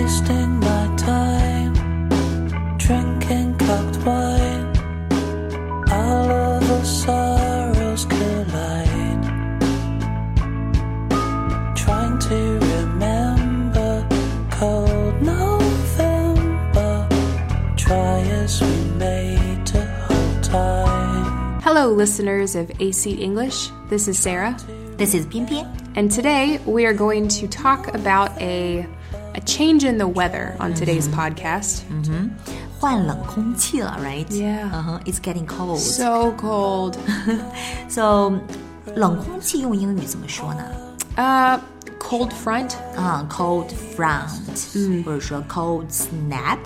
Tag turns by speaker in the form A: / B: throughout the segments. A: wasting my time drinking cocked wine. All of the sorrows collide. Trying to remember cold November. Try as we may to hold time.
B: Hello, listeners of AC English. This is Sarah,
C: This is 偏偏，
B: and today we are going to talk about a a change in the weather on today's podcast.
C: 换冷空气了，right?
B: Yeah.
C: 嗯哼、i t s getting cold.
B: So
C: So,
B: cold.
C: so 冷空气用英语怎么说呢？
B: Uh, cold front.
C: 嗯、c o l d front，、或者说 cold snap，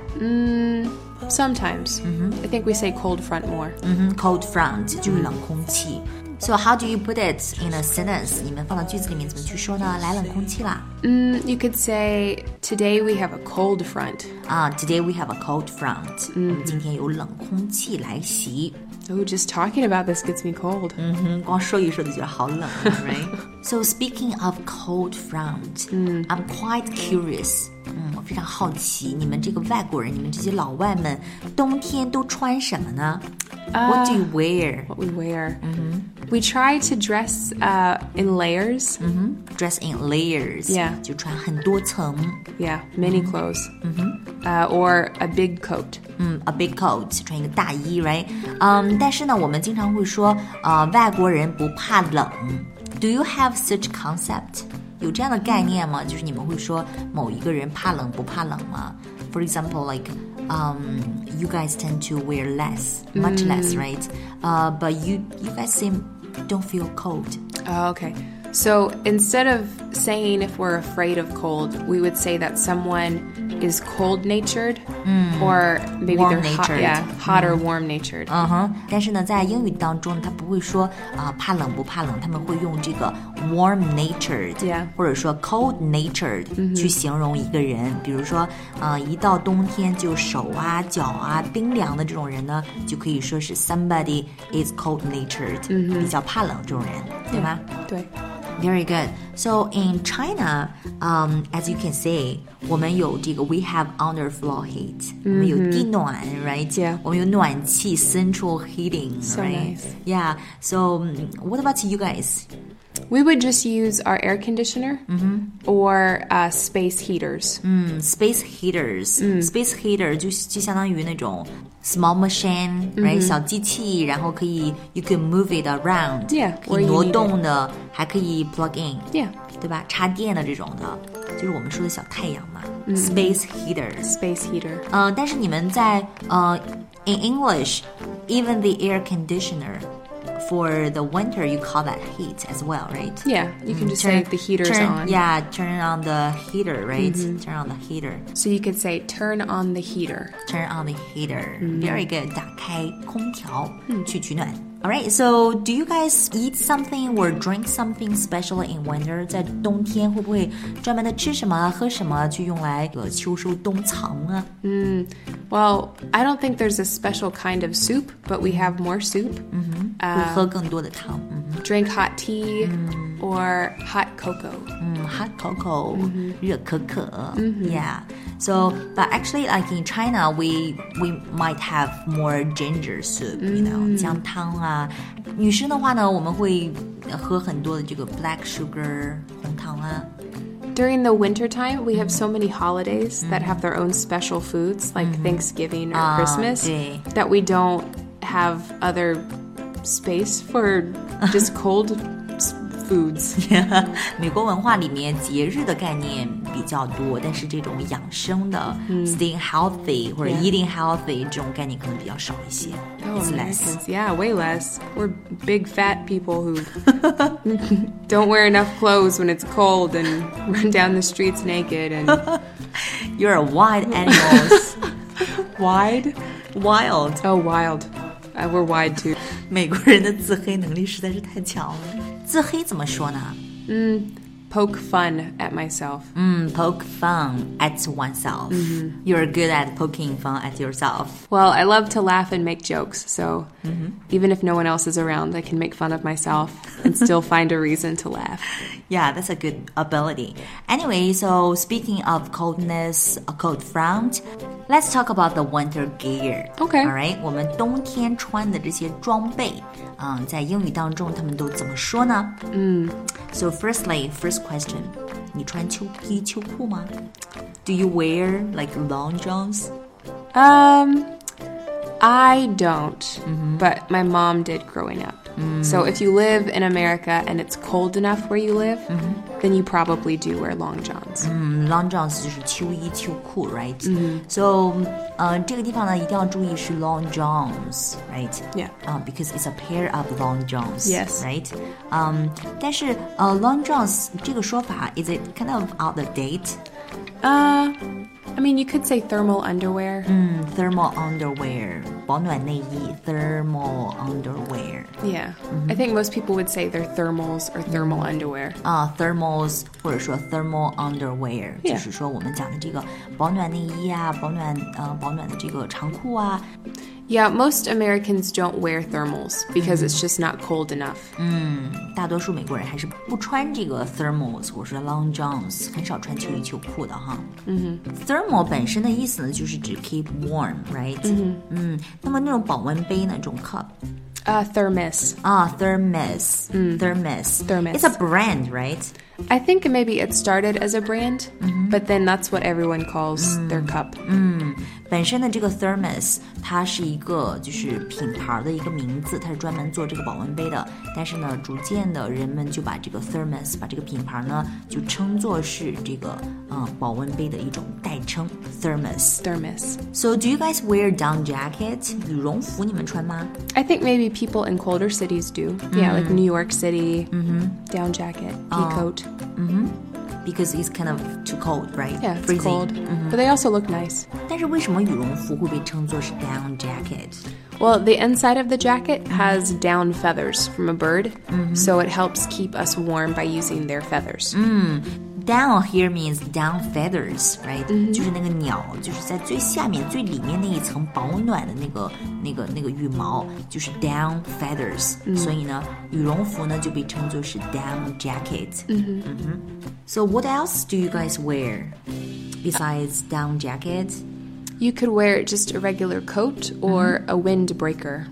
B: Sometimes I think we say cold front more.
C: 嗯哼，cold front 就是冷空气。So how do you put it in a sentence？你们放到句子里面怎么去说呢？来冷空气啦！
B: Mm, you could say today we have a cold front.
C: 啊、t o d a y we have a cold front。我们今天有冷空气来袭。
B: Oh, just talking about this gets me cold.
C: 光说一说就觉得好冷啊，right? So speaking of cold front，嗯，I'm quite curious，嗯，我非常好奇，你们这个外国人，你们这些老外们，冬天都穿什么呢、w h a t do you wear?
B: What we wear. We try to dress uh, in layers.
C: Dress in layers，、
B: Yeah
C: 就穿很多层，
B: Yeah, many clothes. Uh, or a big coat.
C: 嗯，a big coat，穿一个大衣，right？嗯，但是呢，我们经常会说，呃，外国人不怕冷。Do you have such concept？有这样的概念吗？就是你们会说某一个人怕冷不怕冷吗？For example, like, um, you guys tend to wear less, much less, right? Uh, but you, you guys seem don't feel cold.
B: Oh, okay. So instead of saying if we're afraid of cold, we would say that someone is cold natured
C: Hmm.
B: or maybe
C: Warm
B: they're hot,
C: natured.
B: yeah, hot
C: Hmm.
B: or warm natured.
C: 嗯哼，但是呢，在英语当中，他不会说啊、怕冷不怕冷，他们会用这个 warm natured，、
B: Yeah
C: 或者说 cold natured、去形容一个人。比如说啊、一到冬天就手啊脚啊冰凉的这种人呢，就可以说是 somebody is cold natured，、比较怕冷这种人，对吗？Very good. So in China, um, as you can see, 我们有这个 we have under floor heat，、我们有地暖，right？、
B: Mm-hmm. Yeah.
C: 我们有暖气 central heating，right？、
B: So nice.
C: Yeah. So um, what about you guys?
B: We would just use our air conditioner or uh, space heaters.
C: Mm-hmm. Mm, Space heaters.
B: Mm。
C: Space heater 就就相当于那种 small machine，right？、小
B: Mm-hmm。
C: 机器，然后可以 you can move it around，、
B: Yeah,
C: 可
B: where
C: 以
B: you
C: 挪
B: need it.
C: 动的，还可以 plug in。
B: Yeah,
C: 对吧？插电的这种的，就是我们说的小太阳嘛、s p a c e heaters。
B: space heater.
C: 呃，但是你们在呃，in English，even the air conditioner for the winter you call that heat as well, right?
B: Yeah, you can just say
C: Mm. Turn-
B: the heater's
C: turn,
B: on. Mm-hmm.
C: Yeah, turn on the heater, right? Turn on the heater.
B: So you could say turn on the heater.
C: Turn on the heater. Very good. 打开空调、去取暖。All right. So, do you guys eat something or drink something special in winter? 在冬天会不会专门的吃什么、喝什么，去用来呃秋收冬藏啊？
B: Well, I don't think there's a special kind of soup, but we have more soup.
C: 会喝更多的汤。嗯
B: Drink hot tea
C: Mm.
B: or hot cocoa.
C: 嗯，hot cocoa，、热可可。Yeah. So, but actually, like in China, we we might have more ginger soup, you know，姜汤啊。女生的话呢，我们会喝很多的这个 black sugar 红糖啊。
B: During the wintertime, we have so many holidays that have their own special foods, like Thanksgiving or Christmas,
C: Mm-hmm. Ah, okay.
B: that we don't have other space for just cold s- foods.
C: 美国文化里面节日的概念比较多，但是这种养生的、staying healthy 或者
B: Yeah.
C: eating healthy 这种概念可能比较少一些。
B: Oh,
C: It's less.
B: Americans, yeah, way less. We're big fat people who don't wear enough clothes when it's cold and run down the streets naked and
C: You're a wild animals,
B: wide.
C: wild.
B: Oh, wild. Uh, we're wide too.
C: 美国人的自黑能力实在是太强了。自黑怎么说呢？
B: poke fun at myself.
C: 嗯 poke fun at oneself. You're good at poking fun at yourself.
B: Well, I love to laugh and make jokes, so even if no one else is around, I can make fun of myself and still find a reason to laugh.
C: Yeah, that's a good ability. Anyway, so speaking of coldness, a cold front, let's talk about the winter gear.
B: Okay.
C: All right，我们冬天穿的这些装备，嗯，在英语当中他们都怎么说呢？嗯，So firstly, first question，你穿秋衣秋裤吗？Do you wear like long johns?
B: Um, I don't, but my mom did growing up. So if you live in America and it's cold enough where you live, then you probably do wear long johns.
C: long johns 就是秋衣秋裤，right？嗯，so，呃，这个地方呢一定要注意是 long johns，right？
B: Yeah.
C: 啊、b e c a u s e it's a pair of long johns。
B: Yes.
C: Right？嗯、但是呃、l o n g johns 这个说法，is it kind of out of date？Thermal
B: Uh, I mean, you could say thermal underwear.
C: underwear，保暖内衣，thermal underwear。
B: Yeah. I think most people would say they're thermals or thermal underwear.
C: 啊、t h e r m a l s 或者说 thermal underwear，、
B: Yeah.
C: 就是说我们讲的这个保暖内衣啊，保暖呃保暖的这个长裤啊，
B: Yeah, most Americans don't wear thermals because it's just not cold enough.
C: 大多数美国人还是不穿这个 thermals，我说 long johns，很少穿秋衣秋裤的哈。嗯哼，thermal 本身的意思呢，就是指 keep warm，right？嗯嗯，那么那种保温杯呢，这种 cup
B: Uh, thermos.
C: 啊，thermos，嗯，thermos，thermos，it's
B: Thermos
C: a brand，right？
B: I think maybe it started as a brand, but then that's what everyone calls their cup.
C: 本身的这个 thermos 它是一个就是品牌的一个名字，它是专门做这个保温杯的。但是呢，逐渐的人们就把这个 thermos 把这个品牌呢就称作是这个嗯保温杯的一种代称 thermos。
B: Thermos.
C: So do you guys wear down jacket？羽绒服你们穿吗？
B: I think maybe people in colder cities do. Yeah, like New York City, down jacket, pea coat.
C: Because it's kind of too cold, right?
B: Yeah, it's
C: Freezing.
B: cold. But they also look nice.
C: 但是为什么羽绒服会被称作是 down jacket？
B: Well, the inside of the jacket has down feathers from a bird, so it helps keep us warm by using their feathers.
C: Down here means down feathers, right？、就是那个鸟，就是在最下面、最里面那一层保暖的那个、那个、那个羽毛，就是 down feathers、所以呢，羽绒服呢就被称作是 down jacket。嗯哼。So what else do you guys wear besides down jacket?
B: You could wear just a regular coat or
C: Mm-hmm.
B: a windbreaker.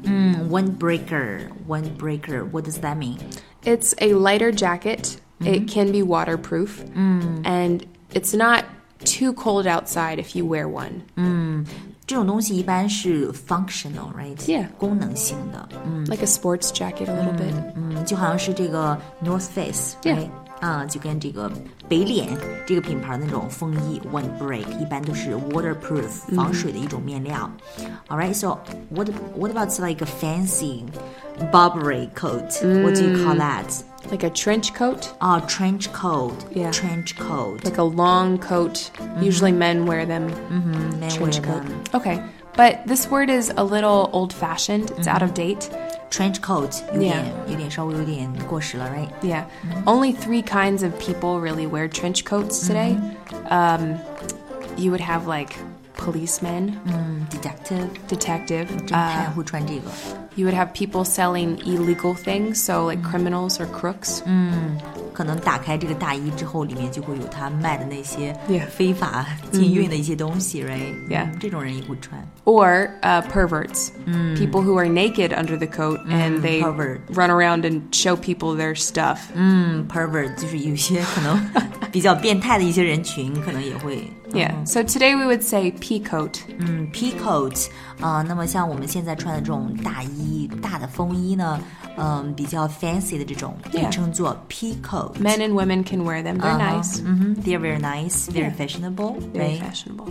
C: Windbreaker, windbreaker. What does that mean?
B: It's a lighter jacket.
C: Mm-hmm.
B: It can be waterproof,
C: Mm.
B: and it's not too cold outside if you wear one.
C: 这种东西一般是 functional, right?
B: Yeah.
C: 功能性的，
B: Like a sports jacket, a little bit.
C: 嗯，就好像是这个 North Face,
B: Yeah.
C: right? 啊、就跟这个北脸这个品牌的那种风衣 windbreak 一般都是 waterproof
B: 嗯
C: 防水的一种面料。All right, so what what about like a fancy Burberry coat?
B: 嗯
C: What do you call that?
B: Like a trench coat,
C: 啊、t r e n c h coat,
B: Yeah.
C: trench coat.
B: like a long coat. Usually men wear them.
C: Mm-hmm. Men
B: Trench
C: wear
B: coat.
C: them.
B: Okay. But this word is a little old fashioned. It's
C: Mm-hmm.
B: out of date.
C: trench coat 有
B: Yeah.
C: 点有点稍微有点过时了，right？
B: Yeah. Only three kinds of people really wear trench coats today.
C: Mm-hmm.
B: Um, you would have like policemen,
C: Mm. 嗯 detective，
B: detective, uh,
C: 侦探会穿这个。
B: You would have people selling illegal things, so
C: Mm.
B: like criminals or crooks.
C: 可能打开这个大衣之后，里面就会有他卖的那些
B: Yeah. 嗯
C: 非法禁运的一些东西，right？
B: Yeah.
C: 嗯这种人也会穿。
B: Or uh, perverts. People who are naked under the coat and they
C: Mm. pervert. Mm.
B: run around and show people their stuff.
C: 嗯，pervert 就是有些可能比较变态的一些人群，可能也 会。
B: Yeah. So today we would say pea coat.
C: 嗯，peacoat 啊、那么像我们现在穿的这种大衣、大的风衣呢，嗯、比较 fancy 的这种，也
B: Yeah.
C: 称作 peacoat。
B: Men and women can wear them. They're
C: 嗯哼
B: nice.
C: 嗯哼，they're very nice, very
B: Yeah.
C: fashionable,
B: Very
C: Uh-huh. Mm. right? Mm.
B: fashionable.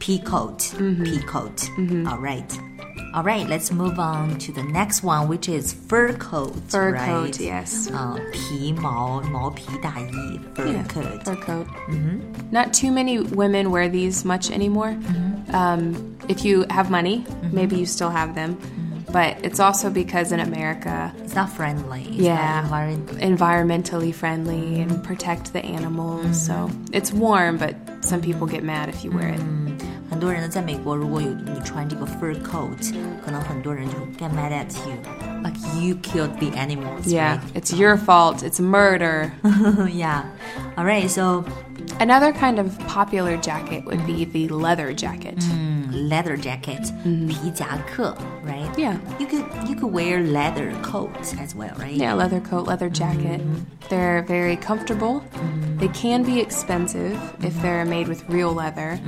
C: peacoat,
B: Mm-hmm.
C: peacoat. All right. All right, let's move on to the next one, which is fur coat.
B: Fur
C: right? Uh,
B: coat, yes.
C: 呃，皮毛毛皮大衣 fur
B: Yeah,
C: coat.
B: fur coat. Not too many women wear these much anymore. Um, if you have money, maybe you still have them. But it's also because in America,
C: It's not friendly. It's
B: yeah,
C: Not environment.
B: environmentally friendly and protect the animals. So it's warm, but some people get mad if you wear it.
C: 很多人呢，在美国，如果有你穿这个 fur coat，可能很多人就会 get mad at you。Like you killed the animals,
B: Yeah, it's your fault. It's murder.
C: right? yeah. All right, so
B: Another kind of popular jacket would be the leather jacket.
C: leather jacket, 皮夹克 right?
B: Mm-hmm. Yeah.
C: You could you could wear leather coats as well, right?
B: Yeah, leather coat, leather jacket. They're very comfortable. They can be expensive if they're made with real leather,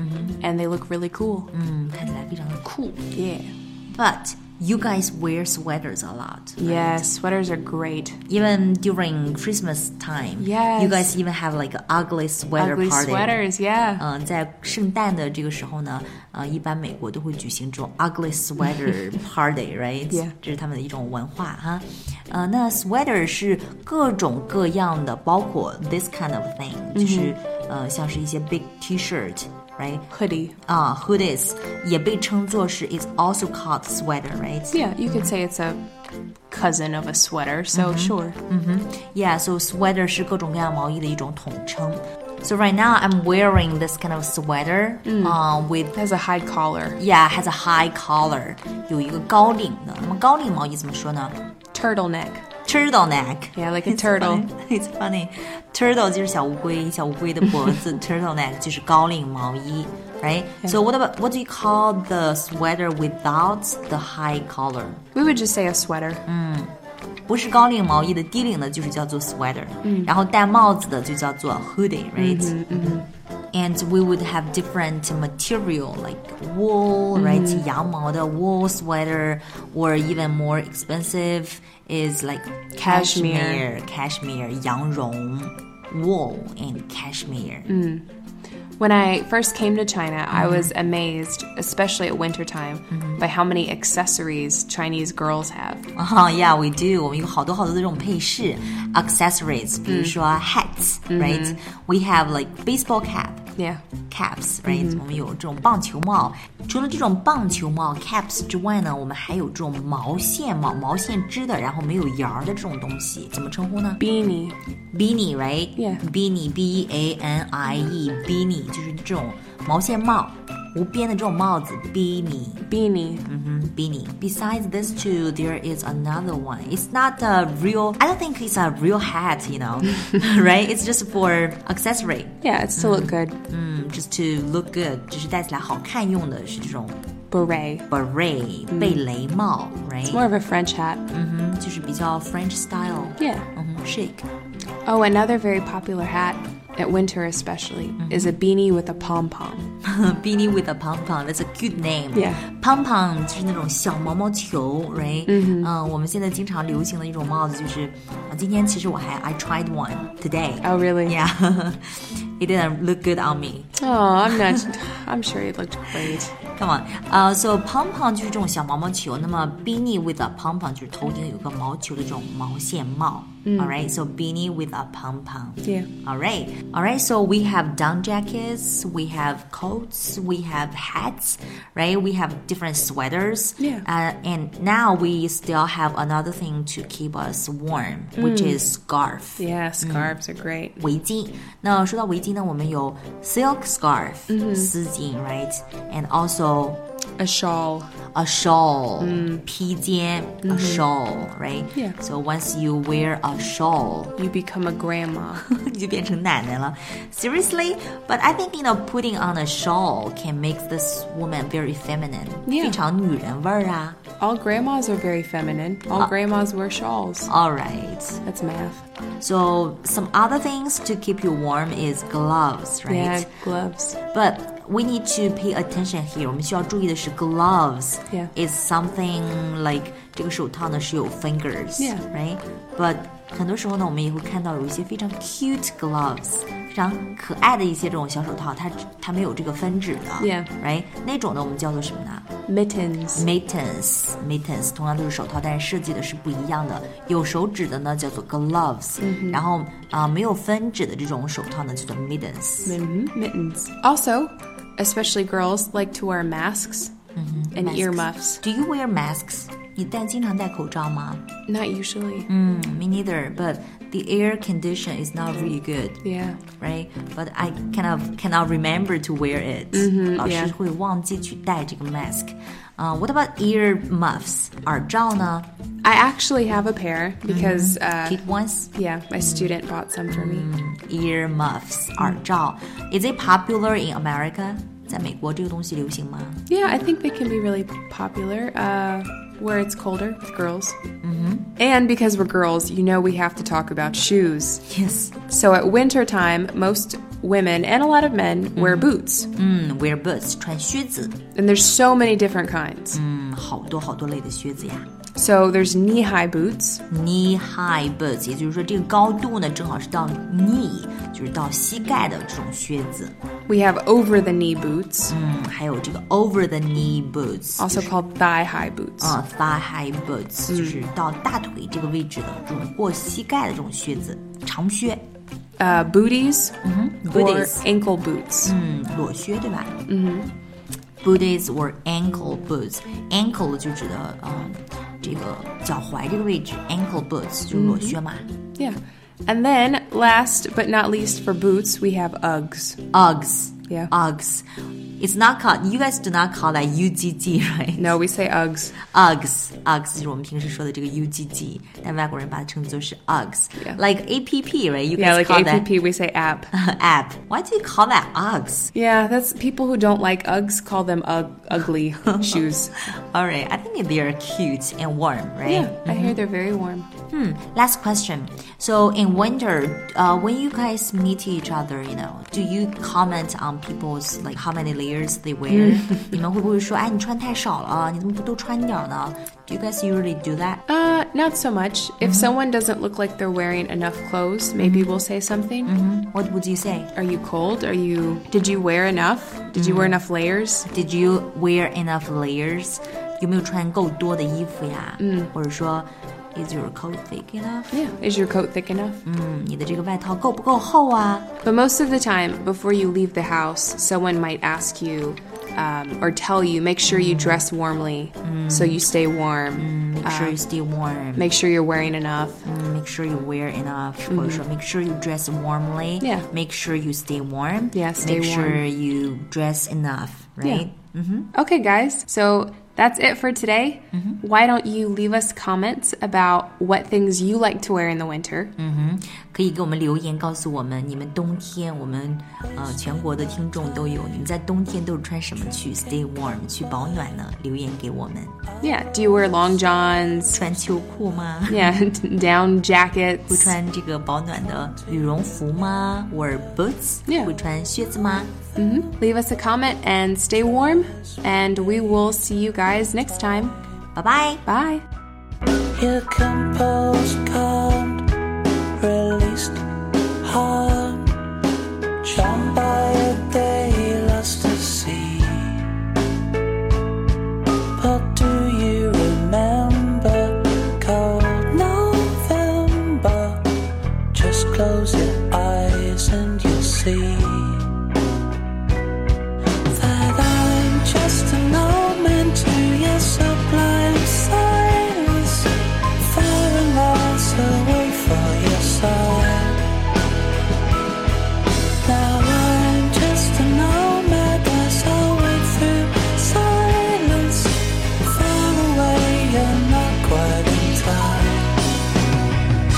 B: and they look really cool.
C: 嗯，看起来非常的酷。
B: Yeah.
C: But you guys wear sweaters a lot.
B: Yeah, sweaters are great.
C: Even during Christmas time. You
B: Yes.
C: guys even have like an ugly sweater
B: Ugly
C: party. Uh.
B: sweaters, yeah.
C: 嗯、在圣诞的这个时候呢，呃，一般美国都会举行这种 ugly sweater party，right？、
B: Yeah.
C: 这是他们的一种文化哈。呃，那 sweater 是各种各样的，包括 this kind of thing，就是、
B: Mm-hmm。
C: 呃，像是一些 big T-shirt，right？
B: Hoodie.
C: 啊、h o o d i e s 也被称作是 is also called sweater，right？
B: Yeah, you could say it's a cousin of a sweater, so sure.
C: Yeah, so sweater 是各种各样毛衣的一种统称。So right now I'm wearing this kind of sweater, uh, with
B: It has a high collar.
C: yeah has a high collar，有一个高领的。那么高领毛衣怎么说呢
B: Turtleneck.
C: ？Turtleneck.
B: Yeah, like a
C: It's
B: turtle.
C: funny. It's funny. Turtle 就是小乌龟，小乌龟的脖子。Turtleneck 就是高领毛衣，right? So what about what do you call the sweater without the high collar？
B: We would just say a sweater.
C: 不是高领毛衣的，低领的就是叫做 sweater，、然后戴帽子的就叫做 hoodie，right？、And we would have different material like wool, right? 羊毛的 wool sweater, or even more expensive is like
B: Cashmere.
C: cashmere, cashmere 羊绒 wool and cashmere.
B: When I first came to China, I was amazed, especially at wintertime, by how many accessories Chinese girls have.
C: 啊、y e a h we do. 我们有好多好多的这种配饰 accessories，比如说 hats, right? We have like baseball cap.
B: Yeah.
C: caps right？、我们有这种棒球帽，除了这种棒球帽 caps 之外呢，我们还有这种毛线帽、毛线织的，然后没有沿儿的这种东西，怎么称呼呢
B: Beanie.
C: ？beanie right？
B: Yeah.
C: beanie b a n i e beanie 就是这种毛线帽。无边的这种帽子，beanie，
B: Beanie.
C: 嗯哼，beanie。Besides these two, there is another one. It's not a real. I don't think it's a real hat, you know, right? It's just for accessory.
B: Yeah, it's to look good.
C: 嗯，just to look good，就是戴起来好看用的是这种
B: Beret.
C: beret 贝雷帽、r i g
B: It's
C: h
B: more of
C: t
B: a French hat.
C: 嗯哼，就是比较 French style，
B: Yeah.
C: 嗯哼，chic。
B: Oh, another very popular hat, at winter especially, is a beanie with a pom pom.
C: Beanie with a pom pom，that's a cute name。
B: Yeah
C: pom pom 就是那种小毛毛球，right？嗯、我们现在经常流行的一种帽子就是，啊，今天其实我还 I tried one today。
B: Oh, really?
C: Yeah，it didn't look good on me。
B: Oh, I'm not. I'm sure it looked great.
C: Come on，呃、s o pom pom 就是这种小毛毛球，那么 beanie with a pom pom 就是头顶有个毛球的这种毛线帽。All right，so beanie with a pom pom。
B: Yeah.
C: All right, all right. So we have down jackets, we have coats, we have hats, right? We have different sweaters.
B: Yeah.
C: Uh, and now we still have another thing to keep us warm, which is scarf.
B: Mm. Yeah, scarves are great.
C: 围巾。那说到围巾呢，我们有 silk scarf，、丝巾，right？And also
B: A shawl.
C: a shawl，、披肩，a shawl，right？、
B: Yeah.
C: So once you wear a shawl，
B: You become a grandma.
C: 你就变成奶奶了。Seriously，but I think you know putting on a shawl can make this woman very feminine，、
B: Yeah.
C: 非常女人味儿啊。
B: All grandmas are very feminine. All grandmas wear shawls.
C: All right.
B: That's math.
C: So some other things to keep you warm is gloves,
B: Yeah,
C: right?
B: gloves.
C: But we need to pay attention here. 我们需要注意的是，gloves
B: Yeah.
C: is something like 这个手套呢是有 fingers,
B: Yeah.
C: right? But 很多时候呢，我们也会看到有一些非常 cute gloves，非常可爱的一些这种小手套，它它没有这个分指的
B: Yeah.
C: right? 那种呢，我们叫做什么呢
B: Mittens.
C: mittens mittens 同样都是手套，但是设计的是不一样的。有手指的呢叫做 gloves，、
B: Mm-hmm.
C: 然后啊、没有分指的这种手套呢叫做 mittens。
B: Mhm, Mittens. Also, especially girls like to wear Mm-hmm. masks and earmuffs.
C: Do you wear masks? 你戴经常戴口罩吗？
B: Not usually.
C: Mm, me neither. But the air condition is not really good,
B: Yeah.
C: right? But I kind of cannot remember to wear it. 老师
B: yeah.
C: 会忘记去戴这个 mask。啊、w h a t about ear muffs？耳罩呢
B: I actually have a pair because, uh,
C: ？Kid ones
B: yeah, my student bought some for me.
C: ear muffs 耳罩，is it popular in America？在美国这个东西流行吗？
B: Yeah, I think they can be really p- popular uh, where it's colder with girls. Mm-hmm. And because we're girls, you know we have to talk about shoes.
C: Yes.
B: So at winter time, most women and a lot of men wear boots.
C: 嗯，wear boots 穿靴子，
B: And there's so many different kinds.
C: 嗯，好多好多类的靴子呀。
B: So there's knee high boots.
C: knee high boots，也就是说这个高度呢，正好是到 knee，就是到膝盖的这种靴子。
B: We have over the knee boots,
C: 嗯，还有这个 over the knee boots，
B: also called thigh high boots.
C: 啊、t h i g h high boots，、就是到大腿这个位置的这种过膝盖的这种靴子，长靴，
B: Uh, booties or
C: Mm-hmm. Booties. Mm.
B: ankle boots.
C: 嗯，裸靴对吧？嗯。Booties or ankle boots，ankle 就指的嗯这个脚踝这个位置，ankle boots 就是裸靴嘛。
B: Yeah. And then last but not least for boots, we have Uggs.
C: Uggs.
B: Yeah.
C: Uggs. It's not called. You guys do not call that UGG, right?
B: No, we say Uggs.
C: Uggs. Uggs 就是我们平时说的这个 UGG，但外国人把它称作是 Uggs。
B: Yeah.
C: Like APP, right? You guys
B: Yeah, like
C: call
B: APP, we say app.
C: that app. Why do you call that Uggs?
B: Yeah, that's people who don't like Uggs call them ug- ugly shoes.
C: All right. I think they are cute and warm, right?
B: Yeah, I
C: Mm-hmm.
B: hear they're very warm.
C: Last question. So in winter, uh, when you guys meet each other, you know, do you comment on people's like how many layers they wear? 你们会不会说，哎，你穿太少了啊，你怎么不多穿点儿呢？Do you guys usually do that?
B: Uh, not so much. If
C: Mm-hmm.
B: someone doesn't look like they're wearing enough clothes, maybe we'll say something.
C: What would you say?
B: Are you cold? Are you? Did you wear enough? Did you
C: Mm-hmm.
B: wear enough layers?
C: Did you wear enough layers? 有没有穿够多的衣服呀？嗯，或者说，Is your coat thick enough？
B: Yeah. Is your coat thick enough?
C: 嗯，你的这个外套够不够厚啊？
B: But most of the time, before you leave the house, someone might ask you um, or tell you, make sure you dress warmly so you stay warm.
C: Make sure you stay warm.
B: Make sure you're wearing enough.
C: Make sure you wear enough，、或者说 make sure you dress warmly。
B: 嗯 Yeah.
C: Make sure you stay warm.
B: Yeah, stay
C: Make sure you dress enough. Right.
B: Okay, guys. So that's it for today. Why don't you leave us comments about what things you like to wear in the winter?
C: 可以给我们留言，告诉我们你们冬天，我们呃全国的听众都有，你们在冬天都是穿什么去 stay warm 去保暖呢？留言给我们。
B: Yeah. Do you wear long johns?
C: 穿秋裤吗？
B: Yeah. Down
C: 会
B: jackets.
C: 穿这个保暖的羽绒服吗？Or boots？、
B: Yeah.
C: 会穿靴子吗？
B: Mm-hmm. Leave us a comment and stay warm. And we will see you guys next time.
C: 拜拜。
B: Bye.
A: Here come postcard released harm Shone by a day lost to see But do you remember cold November? Just close your eyes and you'll see that I'm just an old man to your sublime silence, far and miles away for your side. Now I'm just a nomad as I wait through silence, far away and not quite in time.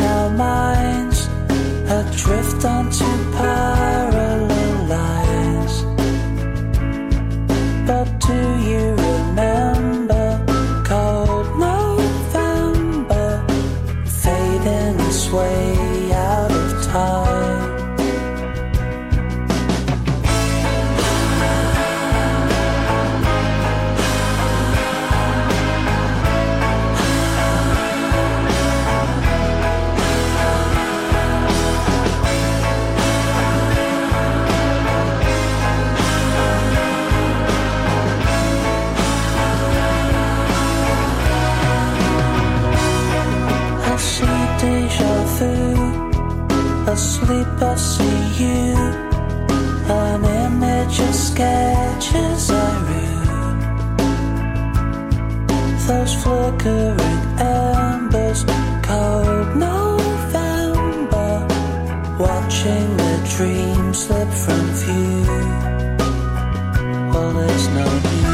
A: our minds, adrift onto parallel lines. But do you remember cold November fading this way out of time? I see deja vu. Asleep, I see you. An image your sketches I read. Those flickering embers, cold November, watching the dream slip from view. Well, there's no need.